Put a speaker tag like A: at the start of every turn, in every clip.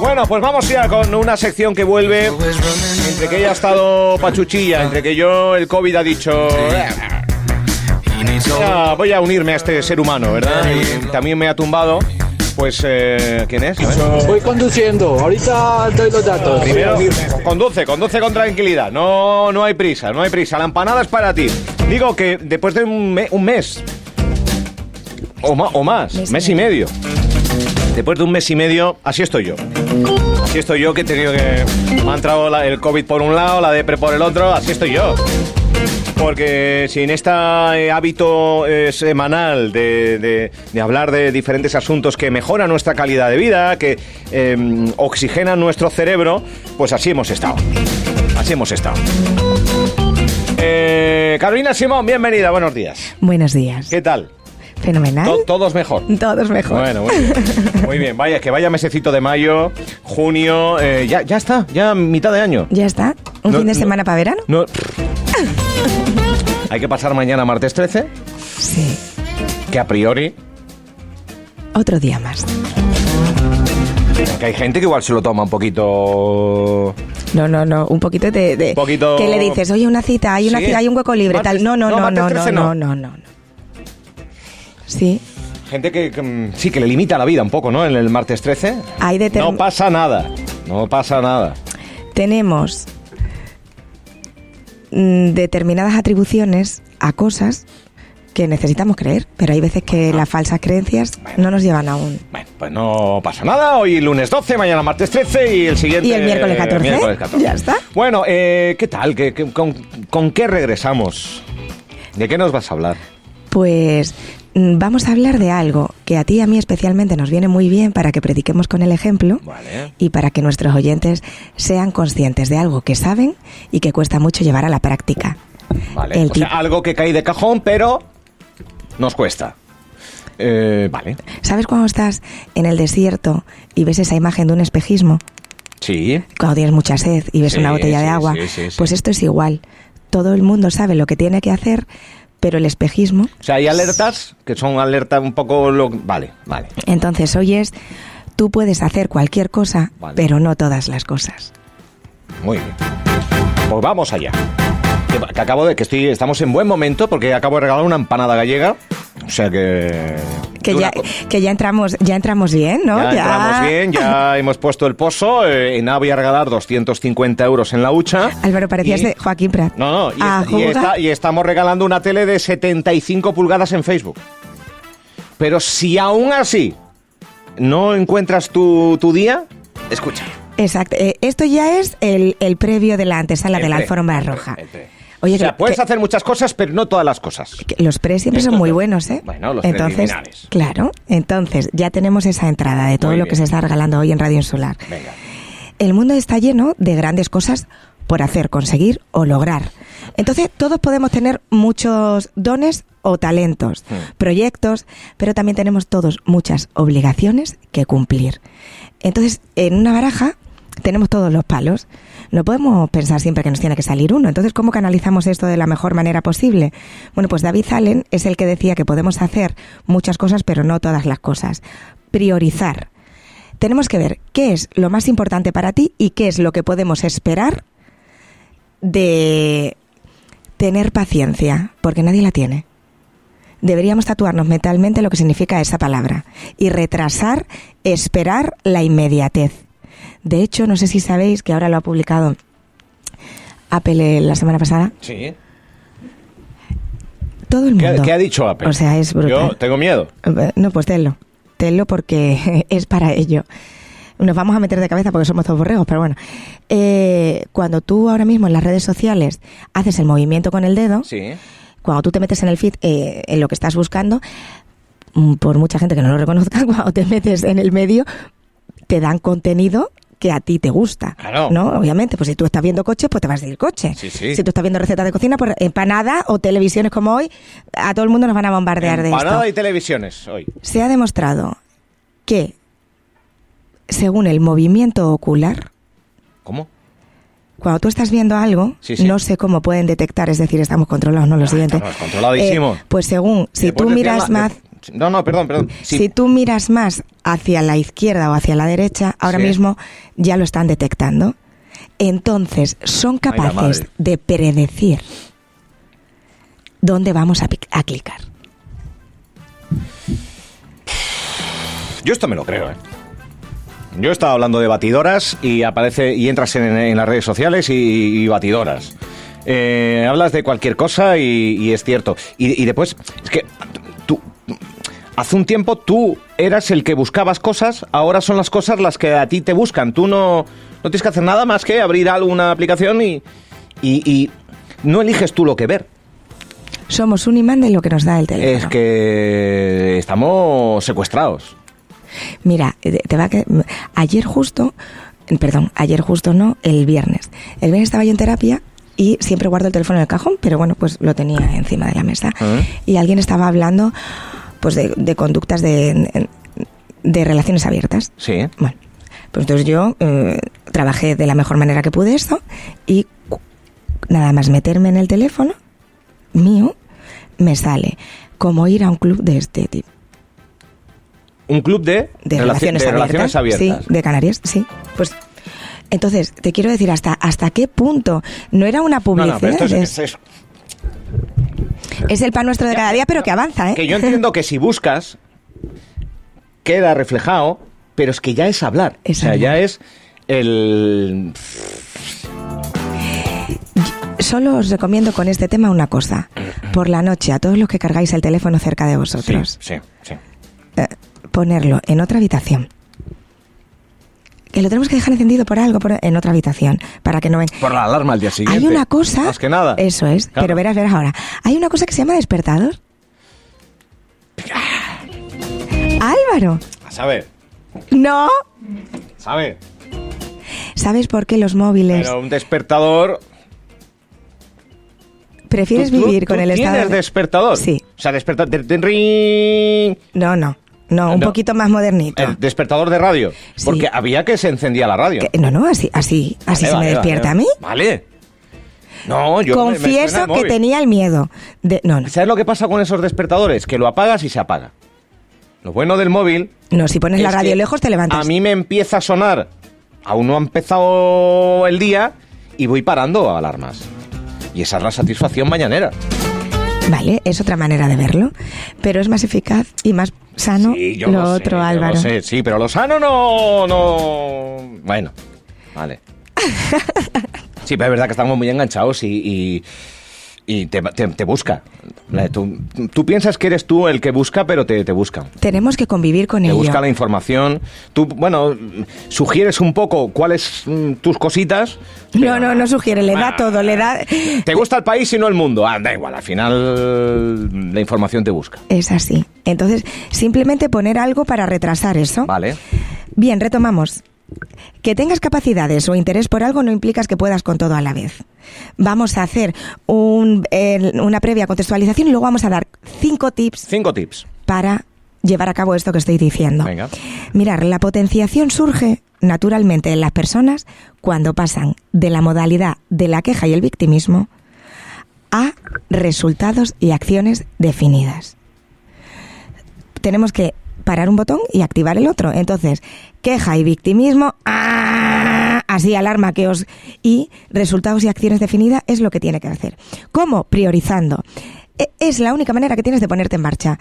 A: Bueno, pues vamos ya con una sección que vuelve. Entre que ella ha estado pachuchilla, entre que yo el COVID ha dicho. "Eh, Voy a, voy a unirme a este ser humano, ¿verdad? Y también me ha tumbado. Pues, eh, ¿quién es? A ver.
B: Voy conduciendo, ahorita doy los datos.
A: Primero, conduce, conduce con tranquilidad. No, no hay prisa, no hay prisa. La empanada es para ti. Digo que después de un, me- un mes o, ma- o más,
C: Mes
A: mes,
C: y
A: y medio. Después de un mes y medio, así estoy yo. Así estoy yo que he tenido que... Me ha entrado la- el COVID por un lado, la depre por el otro, así estoy yo. Porque sin este hábito eh, semanal de, de- de hablar de diferentes asuntos que mejoran nuestra calidad de vida, que eh, oxigenan nuestro cerebro, pues así hemos estado. Así hemos estado. Eh, Carolina Simón, bienvenida, buenos días.
C: Buenos días.
A: ¿Qué tal?
C: Fenomenal.
A: To- todos mejor.
C: Todos mejor.
A: Bueno, muy bien. Muy bien, vaya, que vaya mesecito de mayo, junio, eh, ya, ya está, ya mitad de año.
C: Ya está. Un
A: No, Mm.
C: fin de
A: no.
C: semana para verano.
A: No. Hay que pasar mañana martes 13,
C: Sí.
A: que a priori
C: Otro día más.
A: Que hay gente que igual se lo toma un poquito.
C: No, no, no. Un poquito de. de-
A: Un poquito-
C: Que le dices, oye, una cita, hay una
A: Sí.
C: cita, hay un hueco libre,
A: Martes-
C: tal. No, no,
A: no,
C: no,
A: martes
C: no, no,
A: 13
C: no,
A: no.
C: no, no. no. Sí.
A: Gente que, que, mm, sí, que le limita la vida un poco, ¿no? En el martes 13.
C: Hay de
A: No pasa nada. No pasa nada.
C: tenemos mm, determinadas atribuciones a cosas que necesitamos creer, pero hay veces que las falsas creencias no nos llevan aún.
A: Bueno, pues no pasa nada. Hoy lunes 12, mañana martes 13 y el siguiente.
C: Y el miércoles 14,
A: miércoles
C: ya está.
A: Bueno, eh, ¿qué tal? ¿Qué- qué- con, con qué regresamos? ¿De qué nos vas a hablar?
C: Pues mm, vamos a hablar de algo que a ti y a mí especialmente nos viene muy bien para que prediquemos con el ejemplo
A: Vale.
C: y para que nuestros oyentes sean conscientes de algo que saben y que cuesta mucho llevar a la práctica.
A: Vale.
C: El
A: o sea,
C: tip-
A: algo que cae de cajón, pero nos cuesta. Eh, vale.
C: ¿Sabes cuando estás en el desierto y ves esa imagen de un espejismo?
A: Sí.
C: cuando tienes mucha sed y ves
A: Sí,
C: una botella
A: sí,
C: de agua,
A: sí, sí, sí.
C: pues esto es igual. Todo el mundo sabe lo que tiene que hacer, pero el espejismo.
A: O sea, hay alertas que son alertas un poco... Lo... Vale, vale.
C: Entonces hoy es, tú puedes hacer cualquier cosa,
A: Vale.
C: pero no todas las cosas.
A: Muy bien. Pues vamos allá. Que, que acabo de que estoy estamos en buen momento porque acabo de regalar una empanada gallega. O sea que
C: Que
A: y una
C: ya,
A: co-
C: que ya entramos, ya entramos bien, ¿no?
A: ya entramos bien, ya hemos puesto el pozo. eh, en A voy a regalar 250 euros en la hucha.
C: Álvaro, parecías
A: Y-
C: de Joaquín Prat.
A: No, no, y,
C: Ah,
A: esta- y
C: jugar.
A: esta- y estamos regalando una tele de 75 pulgadas en Facebook. Pero si aún así no encuentras tu, tu día, escucha.
C: Exacto. Eh, esto ya es el, el previo de la antesala de la
A: El pre,
C: alfombra
A: el pre,
C: roja.
A: el pre.
C: Oye,
A: o sea,
C: que-
A: puedes
C: que-
A: hacer muchas cosas, pero no todas las cosas.
C: Que Los pre siempre son
A: Estos
C: muy
A: no.
C: buenos, ¿eh?
A: Bueno, los
C: entonces,
A: preliminares.
C: Claro, entonces ya tenemos esa entrada de todo
A: Muy
C: lo
A: bien.
C: que se está regalando hoy en Radio Insular.
A: Venga.
C: El mundo está lleno de grandes cosas por hacer, conseguir o lograr. Entonces, todos podemos tener muchos dones o talentos, proyectos, pero también tenemos todos muchas obligaciones que cumplir. Entonces, en una baraja tenemos todos los palos. No podemos pensar siempre que nos tiene que salir uno. Entonces, ¿cómo canalizamos esto de la mejor manera posible? Bueno, pues David Allen es el que decía que podemos hacer muchas cosas, pero no todas las cosas. Priorizar tenemos que ver qué es lo más importante para ti y qué es lo que podemos esperar de tener paciencia, porque nadie la tiene. Deberíamos tatuarnos mentalmente lo que significa esa palabra y retrasar, esperar la inmediatez. De hecho, no sé si sabéis que ahora lo ha publicado Apple eh, la semana pasada.
A: Sí.
C: Todo el
A: ¿Qué,
C: mundo.
A: qué ha dicho Apple?
C: O sea, es brutal.
A: Yo tengo miedo.
C: Eh, No, pues tenlo. Tenlo porque es para ello. Nos vamos a meter de cabeza porque somos todos borregos, pero bueno. Eh, cuando tú ahora mismo en las redes sociales haces el movimiento con el dedo,
A: Sí.
C: cuando tú te metes en el feed, eh, en lo que estás buscando, mm, por mucha gente que no lo reconozca, cuando te metes en el medio, te dan contenido que a ti te gusta,
A: Claro.
C: ¿no? Obviamente, pues si tú estás viendo coches, pues te vas a decir coche.
A: Sí, sí.
C: Si tú estás viendo recetas de cocina, pues empanada o televisiones como hoy, a todo el mundo nos van a bombardear de esto
A: Empanada y televisiones hoy.
C: se ha demostrado que, según el movimiento ocular,
A: ¿Cómo?
C: cuando tú estás viendo algo,
A: Sí, Ah, sí.
C: no sé cómo pueden detectar, es decir, estamos controlados, no lo siguiente. Eh,
A: estamos controladísimos.
C: pues según, si
A: Después
C: tú
A: decían
C: miras
A: la-
C: más,
A: de- No, no, perdón, perdón. Sí.
C: Si tú miras más hacia la izquierda o hacia la derecha, ahora
A: Sí.
C: mismo ya lo están detectando. Entonces, son
A: Ay, la
C: capaces
A: madre.
C: de predecir dónde vamos a, pic- a clicar.
A: Yo esto me lo creo, ¿eh? Yo estaba hablando de batidoras y aparece y entras en, en las redes sociales y, y batidoras. Eh, hablas de cualquier cosa y, y es cierto. Y, y después, es que tú, hace un tiempo tú eras el que buscabas cosas, ahora son las cosas las que a ti te buscan. Tú no, no tienes que hacer nada más que abrir alguna aplicación y, y- y no eliges tú lo que ver.
C: Somos un imán de lo que nos da el teléfono.
A: Es que estamos secuestrados.
C: Mira, eh, te va a que- ayer justo, perdón, ayer justo no, el viernes. El viernes estaba yo en terapia y siempre guardo el teléfono en el cajón, pero bueno, pues lo tenía encima de la mesa.
A: Ah.
C: Y alguien estaba hablando pues de, de conductas de, de relaciones abiertas.
A: Sí, ¿eh?
C: Bueno, pues entonces yo eh, trabajé de la mejor manera que pude esto y cu- nada más meterme en el teléfono mío, me sale como ir a un club de este tipo.
A: Un club de,
C: de
A: relaci-
C: relaciones,
A: de
C: abiertas,
A: relaciones abiertas.
C: Sí, de Canarias, sí. Pues entonces, te quiero decir hasta hasta qué punto no era una
A: no,
C: publicidad.
A: no, pero esto es,
C: es,
A: es-
C: es el pan nuestro de cada día, pero que avanza, ¿eh?
A: Que yo entiendo que si buscas, queda reflejado, pero es que ya es hablar.
C: Es
A: o sea,
C: hablar.
A: ya es el...
C: Solo os recomiendo con este tema una cosa. Por la noche, a todos los que cargáis el teléfono cerca de
A: Sí,
C: vosotros,
A: sí, sí.
C: eh, ponerlo en otra habitación. Que lo tenemos que dejar encendido por algo, por- en otra habitación, para que no ven.
A: Por la alarma al día siguiente.
C: Hay una cosa.
A: Más que nada.
C: Eso es.
A: Claro.
C: Pero verás, verás ahora. Hay una cosa que se llama despertador. Álvaro,
A: A saber,
C: no.
A: a saber.
C: ¿Sabes por qué los móviles
A: Pero un despertador...
C: prefieres
A: ¿Tú- tú-
C: vivir
A: tú
C: con el
A: tienes
C: estado? de-
A: despertador?
C: Sí.
A: O sea, despertador... de-
C: No, no. No, un
A: No.
C: poquito más modernito.
A: El despertador de radio.
C: Ah. Sí.
A: Porque había que se encendía la radio.
C: Que- no, no, así, así, así
A: Vale,
C: se
A: vale,
C: me
A: vale,
C: despierta
A: vale.
C: a mí.
A: Vale. No, yo me- me suena
C: Confieso
A: el
C: que
A: móvil.
C: tenía el miedo. De, no, no.
A: ¿Sabes lo que pasa con esos despertadores? Que lo apagas y se apaga. Lo bueno del móvil.
C: No, si pones la
A: es
C: radio
A: que
C: lejos te
A: A
C: levantas.
A: mí me empieza a sonar. Aún no ha empezado el día y voy parando a alarmas. Y esa es la satisfacción mañanera.
C: Vale, es otra manera de verlo, pero es más eficaz y más sano
A: Sí, yo
C: lo,
A: sé,
C: otro,
A: yo
C: Álvaro.
A: lo sé, sí, pero lo sano no. no... Bueno, vale. Sí, pero es verdad que estamos muy enganchados y. y- y te, te- te busca. La- Tú, tú piensas que eres tú el que busca, pero te, te buscan.
C: Tenemos que convivir con
A: Te
C: ello.
A: busca la información. Tú, bueno, sugieres un poco cuáles mm, tus cositas.
C: No, no, no sugiere, le da
A: Ah.
C: todo, le da...
A: Te gusta el país y no el mundo. Ah, da igual, al final la información te busca.
C: Es así. Entonces, simplemente poner algo para retrasar eso.
A: Vale.
C: Bien, retomamos. Que tengas capacidades o interés por algo no implica que puedas con todo a la vez. Vamos a hacer un- el- una previa contextualización y luego vamos a dar cinco tips
A: Cinco tips.
C: para llevar a cabo esto que estoy diciendo.
A: Venga.
C: Mirar, la potenciación surge naturalmente en las personas cuando pasan de la modalidad de la queja y el victimismo a resultados y acciones definidas. Tenemos que parar un botón y activar el otro. Entonces, queja y victimismo, ¡ah! así alarma que os... Y resultados y acciones definidas es lo que tiene que hacer. ¿Cómo? Priorizando. E- Es la única manera que tienes de ponerte en marcha.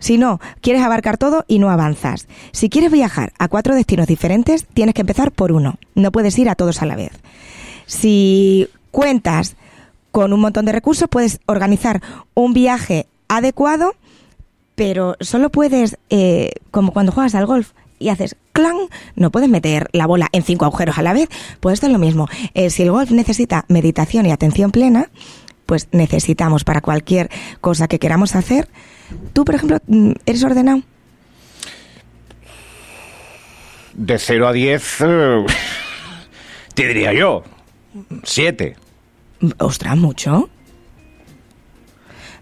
C: Si no, quieres abarcar todo y no avanzas. Si quieres viajar a cuatro destinos diferentes, tienes que empezar por uno. No puedes ir a todos a la vez. Si cuentas con un montón de recursos, puedes organizar un viaje adecuado, pero solo puedes, eh, como cuando juegas al golf y haces clan, no puedes meter la bola en cinco agujeros a la vez. Pues esto es lo mismo. Eh, si el golf necesita meditación y atención plena, pues necesitamos para cualquier cosa que queramos hacer. Tú, por ejemplo, mm, eres ordenado.
A: De 0 a 10, eh, te diría yo, 7.
C: Ostras, mucho.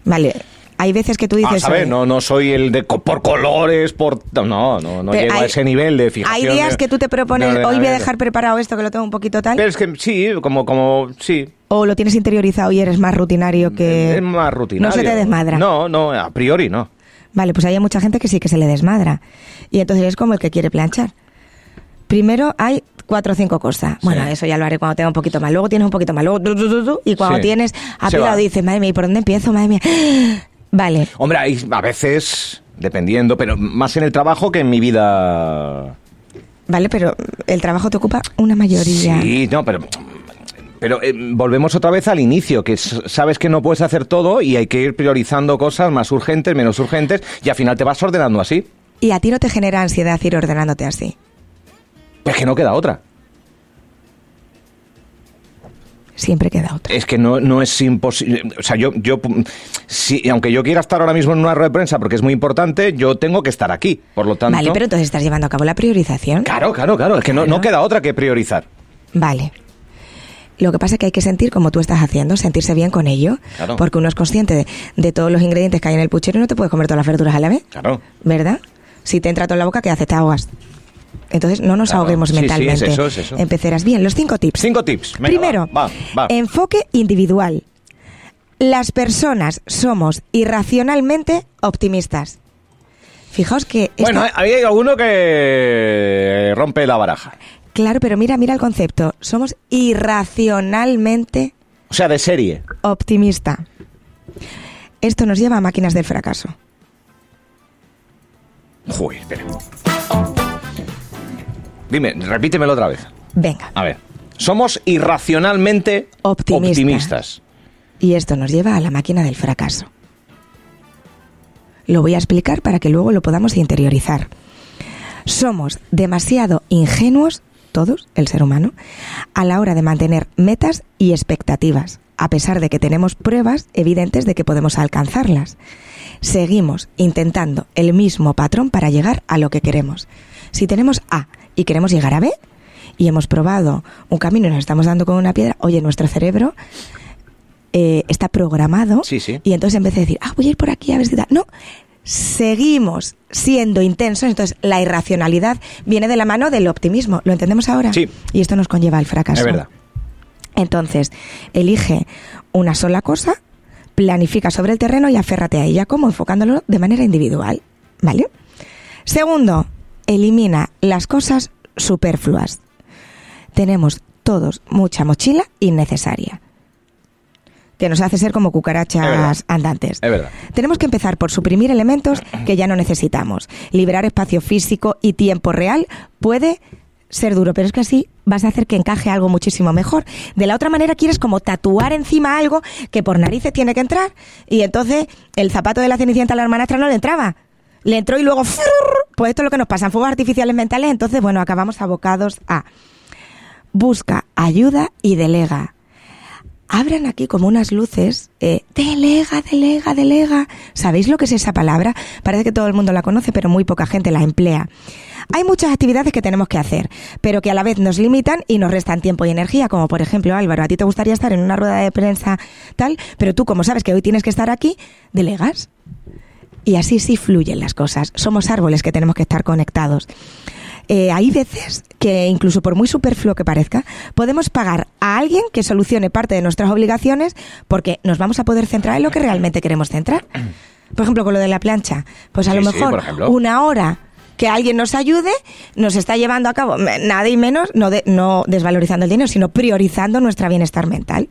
C: Vale, hay veces que tú
A: A
C: dices. eh,
A: saber,
C: oye,
A: Ah, no, no soy el de co- por colores, por... No, no, no
C: Pero
A: llego
C: hay-
A: a ese nivel de fijación.
C: Hay días
A: de-
C: que tú te propones,
A: de
C: hoy voy a
A: ordenamiento.
C: dejar preparado esto, que lo tengo un poquito tal,
A: Pero es que sí, como, como sí,
C: o lo tienes interiorizado y eres más rutinario que...
A: es más rutinario.
C: No se te desmadra.
A: No, no, a priori no.
C: Vale, pues ahí hay mucha gente que sí que se le desmadra. Y entonces es como el que quiere planchar. Primero hay cuatro o cinco cosas. Bueno, eso ya lo haré cuando tenga un poquito más. Luego tienes un poquito más. Luego, tu, tu, tu, tu, y cuando
A: Sí.
C: tienes
A: Se va.
C: apilado dices, madre mía, ¿y por dónde empiezo? Madre mía. Vale.
A: Hombre, hay- a veces, dependiendo, pero más en el trabajo que en mi vida.
C: Vale, pero el trabajo te ocupa una mayoría.
A: Sí, no, pero. Pero eh, volvemos otra vez al inicio, que s- sabes que no puedes hacer todo y hay que ir priorizando cosas más urgentes, menos urgentes, y al final te vas ordenando así.
C: Y a ti no te genera ansiedad ir ordenándote así.
A: Pues que no queda otra.
C: Siempre queda otra.
A: Es que no, no es imposible. O sea, yo, yo sí, aunque yo quiera estar ahora mismo en una rueda de prensa porque es muy importante, yo tengo que estar aquí. Por lo tanto.
C: Vale, pero entonces estás llevando a cabo la priorización.
A: Claro, claro, claro. Es que no, no
C: Claro.
A: queda otra que priorizar.
C: Vale. Lo que pasa es que hay que sentir como tú estás haciendo, sentirse bien con ello,
A: Claro.
C: porque uno es consciente de, de todos los ingredientes que hay en el puchero y no te puedes comer todas las verduras a la vez,
A: Claro.
C: ¿verdad? Si te entra todo en la boca, ¿qué haces? Te ahogas. Entonces no nos
A: Claro.
C: ahoguemos
A: Sí, sí, es
C: mentalmente.
A: eso, es eso.
C: Empezarás bien. Los cinco tips.
A: Cinco tips. Venga,
C: Primero,
A: va, va, va.
C: enfoque individual. Las personas somos irracionalmente optimistas. Fijaos que...
A: Bueno,
C: esta-
A: eh, hay alguno que rompe la baraja.
C: Claro, pero mira, mira el concepto. Somos irracionalmente
A: O sea, de serie.
C: optimista. Esto nos lleva a máquinas del fracaso.
A: Joder, espera. Dime, repítemelo otra vez.
C: Venga.
A: A ver. Somos irracionalmente
C: Optimista.
A: optimistas.
C: Y esto nos lleva a la máquina del fracaso. Lo voy a explicar para que luego lo podamos interiorizar. Somos demasiado ingenuos, todos, el ser humano, a la hora de mantener metas y expectativas, a pesar de que tenemos pruebas evidentes de que podemos alcanzarlas. Seguimos intentando el mismo patrón para llegar a lo que queremos. Si tenemos A y queremos llegar a B, y hemos probado un camino y nos estamos dando con una piedra, oye, nuestro cerebro eh, está programado.
A: Sí, sí.
C: Y entonces en vez de decir, ah, voy a ir por aquí a ver si tal. No, seguimos siendo intensos. Entonces la irracionalidad viene de la mano del optimismo. ¿Lo entendemos ahora?
A: Sí.
C: Y esto nos conlleva al fracaso.
A: Es verdad.
C: Entonces, elige una sola cosa, planifica sobre el terreno y aférrate a ella, como enfocándolo de manera individual. ¿Vale? Segundo, elimina las cosas superfluas. Tenemos todos mucha mochila innecesaria que nos hace ser como
A: Es verdad.
C: cucarachas andantes.
A: Es verdad.
C: Tenemos que empezar por suprimir elementos que ya no necesitamos. Liberar espacio físico y tiempo real puede ser duro, pero es que así vas a hacer que encaje algo muchísimo mejor. De la otra manera quieres como tatuar encima algo que por narices tiene que entrar y entonces el zapato de la cenicienta a la hermanastra no le entraba. Le entró y luego ¡frrr! pues esto es lo que nos pasan, fuegos artificiales mentales, entonces bueno, acabamos abocados a busca ayuda y delega abran aquí como unas luces. eh, delega, delega, delega. ¿Sabéis lo que es esa palabra? Parece que todo el mundo la conoce, pero muy poca gente la emplea. Hay muchas actividades que tenemos que hacer, pero que a la vez nos limitan y nos restan tiempo y energía, como por ejemplo, Álvaro, a ti te gustaría estar en una rueda de prensa tal, pero tú como sabes que hoy tienes que estar aquí, delegas. Y así sí fluyen las cosas. Somos árboles que tenemos que estar conectados. Eh, hay veces que, incluso por muy superfluo que parezca, podemos pagar a alguien que solucione parte de nuestras obligaciones porque nos vamos a poder centrar en lo que realmente queremos centrar. Por ejemplo, con lo de la plancha. Pues a
A: Sí,
C: lo
A: sí, por
C: mejor
A: ejemplo.
C: una hora que alguien nos ayude nos está llevando a cabo, me- nada y menos, no, de- no desvalorizando el dinero, sino priorizando nuestro bienestar mental.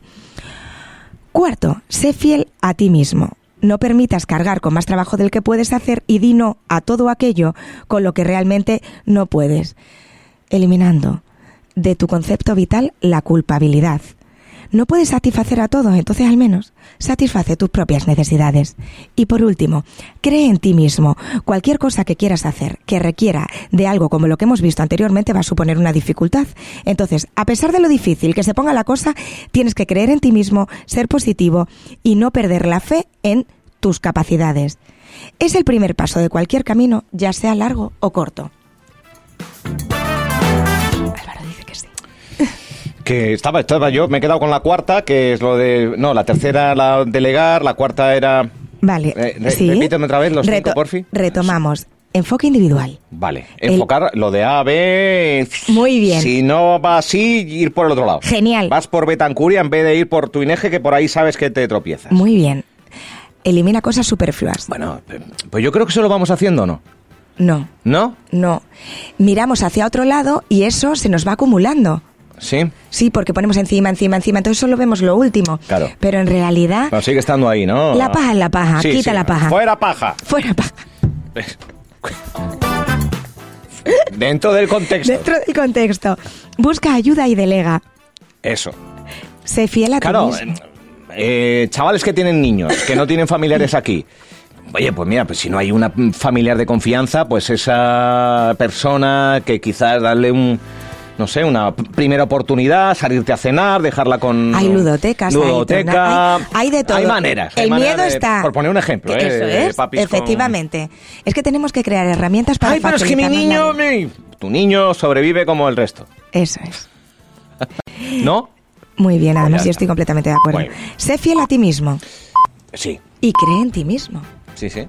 C: Cuarto, sé fiel a ti mismo. No permitas cargar con más trabajo del que puedes hacer y di no a todo aquello con lo que realmente no puedes. Eliminando de tu concepto vital la culpabilidad. No puedes satisfacer a todos, entonces al menos satisface tus propias necesidades. Y por último, cree en ti mismo. Cualquier cosa que quieras hacer que requiera de algo como lo que hemos visto anteriormente va a suponer una dificultad. Entonces, a pesar de lo difícil que se ponga la cosa, tienes que creer en ti mismo, ser positivo y no perder la fe en tus capacidades. Es el primer paso de cualquier camino, ya sea largo o corto. Álvaro dice que sí.
A: Que estaba, estaba yo, me he quedado con la cuarta, que es lo de. No, la tercera la delegar, la cuarta era.
C: Vale.
A: Eh, re-
C: sí.
A: repíteme otra vez los cinco, porfi.
C: Retomamos. Enfoque individual.
A: Vale,
C: El-
A: enfocar lo de A, B.
C: Muy bien.
A: Si no va así, ir por el otro lado.
C: Genial.
A: Vas por Betancuria en vez de ir por tu Tuineje, que por ahí sabes que te tropiezas.
C: Muy bien. elimina cosas superfluas.
A: Bueno, pues yo creo que eso lo vamos haciendo, ¿no?
C: No,
A: ¿No?
C: no. Miramos hacia otro lado y eso se nos va acumulando.
A: Sí.
C: Sí, porque ponemos encima, encima, encima. Entonces solo vemos lo último.
A: Claro.
C: Pero en realidad,
A: Pero sigue estando ahí, ¿no?
C: La paja es la paja,
A: Sí,
C: quita
A: sí.
C: la paja.
A: Fuera paja.
C: fuera paja.
A: Dentro del contexto.
C: Dentro del contexto. Busca ayuda y delega.
A: Eso.
C: Sé fiel a ti
A: Claro,
C: mismo.
A: eh, chavales que tienen niños, que no tienen familiares aquí. Oye, pues mira, pues si no hay una mm, familiar de confianza, pues esa persona que quizás darle un, no sé, una p- primera oportunidad, salirte a cenar, dejarla con...
C: Hay ludotecas, hay
A: ludoteca,
C: torna- hay, hay de todo.
A: Hay maneras. hay
C: El
A: maneras de-
C: miedo está.
A: Por poner un ejemplo,
C: Que
A: ¿eh?
C: Eso
A: de
C: es.
A: papis con-
C: efectivamente. Es que tenemos que crear herramientas para
A: Ay, pero es que mi niño...
C: facilitarnos la vida.
A: mi- Tu niño sobrevive como el resto,
C: Eso es.
A: ¿no?
C: Muy bien, además
A: Ya
C: yo
A: está.
C: estoy completamente de acuerdo.
A: Muy bien.
C: Sé fiel a ti mismo
A: Sí,
C: y cree en ti mismo.
A: sí, sí.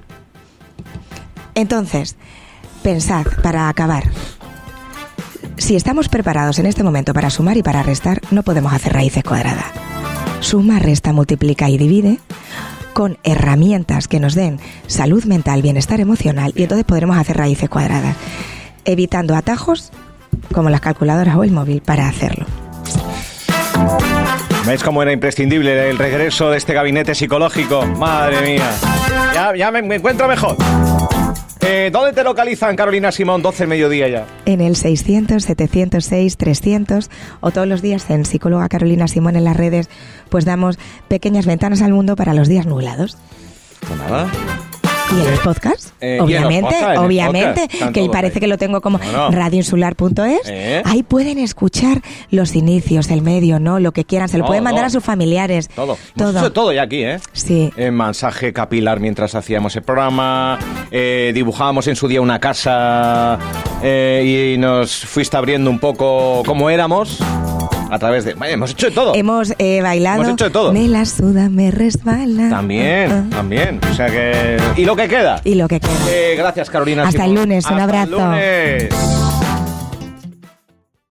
C: Entonces, pensad para acabar. Si estamos preparados en este momento para sumar y para restar, no podemos hacer raíces cuadradas. Suma, resta, multiplica y divide con herramientas que nos den salud mental, bienestar emocional y entonces podremos hacer raíces cuadradas, evitando atajos como las calculadoras o el móvil para hacerlo.
A: ¿Ves cómo era imprescindible el regreso de este gabinete psicológico? Madre mía. Ya, ya me, me encuentro mejor. Eh, ¿Dónde te localizan, Carolina Simón? 12 del mediodía ya.
C: En el 600, 706, 300 o todos los días en Psicóloga Carolina Simón en las redes, pues damos pequeñas ventanas al mundo para los días nublados.
A: Pues nada.
C: Y en los podcasts,
A: Eh, y en los
C: obviamente,
A: podcasts, en el
C: obviamente,
A: podcast, están
C: que
A: todos
C: parece
A: ahí.
C: que lo tengo como
A: Bueno.
C: radioinsular.es.
A: Eh.
C: Ahí pueden escuchar los inicios, el medio, no, lo que quieran. Se lo
A: Todo,
C: pueden mandar
A: todo.
C: a sus familiares.
A: Todo. Hemos
C: Todo.
A: hecho todo ya aquí, ¿eh?
C: Sí.
A: Eh, mensaje capilar mientras hacíamos el programa. eh, dibujábamos en su día una casa. eh, y nos fuiste abriendo un poco cómo éramos. A través de. Vaya, hemos hecho de todo.
C: Hemos eh, bailado.
A: Hemos hecho de todo.
C: Me la suda, me resbala. Ah,
A: También,
C: ah.
A: también. O sea que. ¿Y lo que queda?
C: Y lo que queda.
A: Eh, gracias, Carolina.
C: Hasta
A: Simón.
C: el lunes, un
A: Hasta el
C: abrazo.
A: lunes.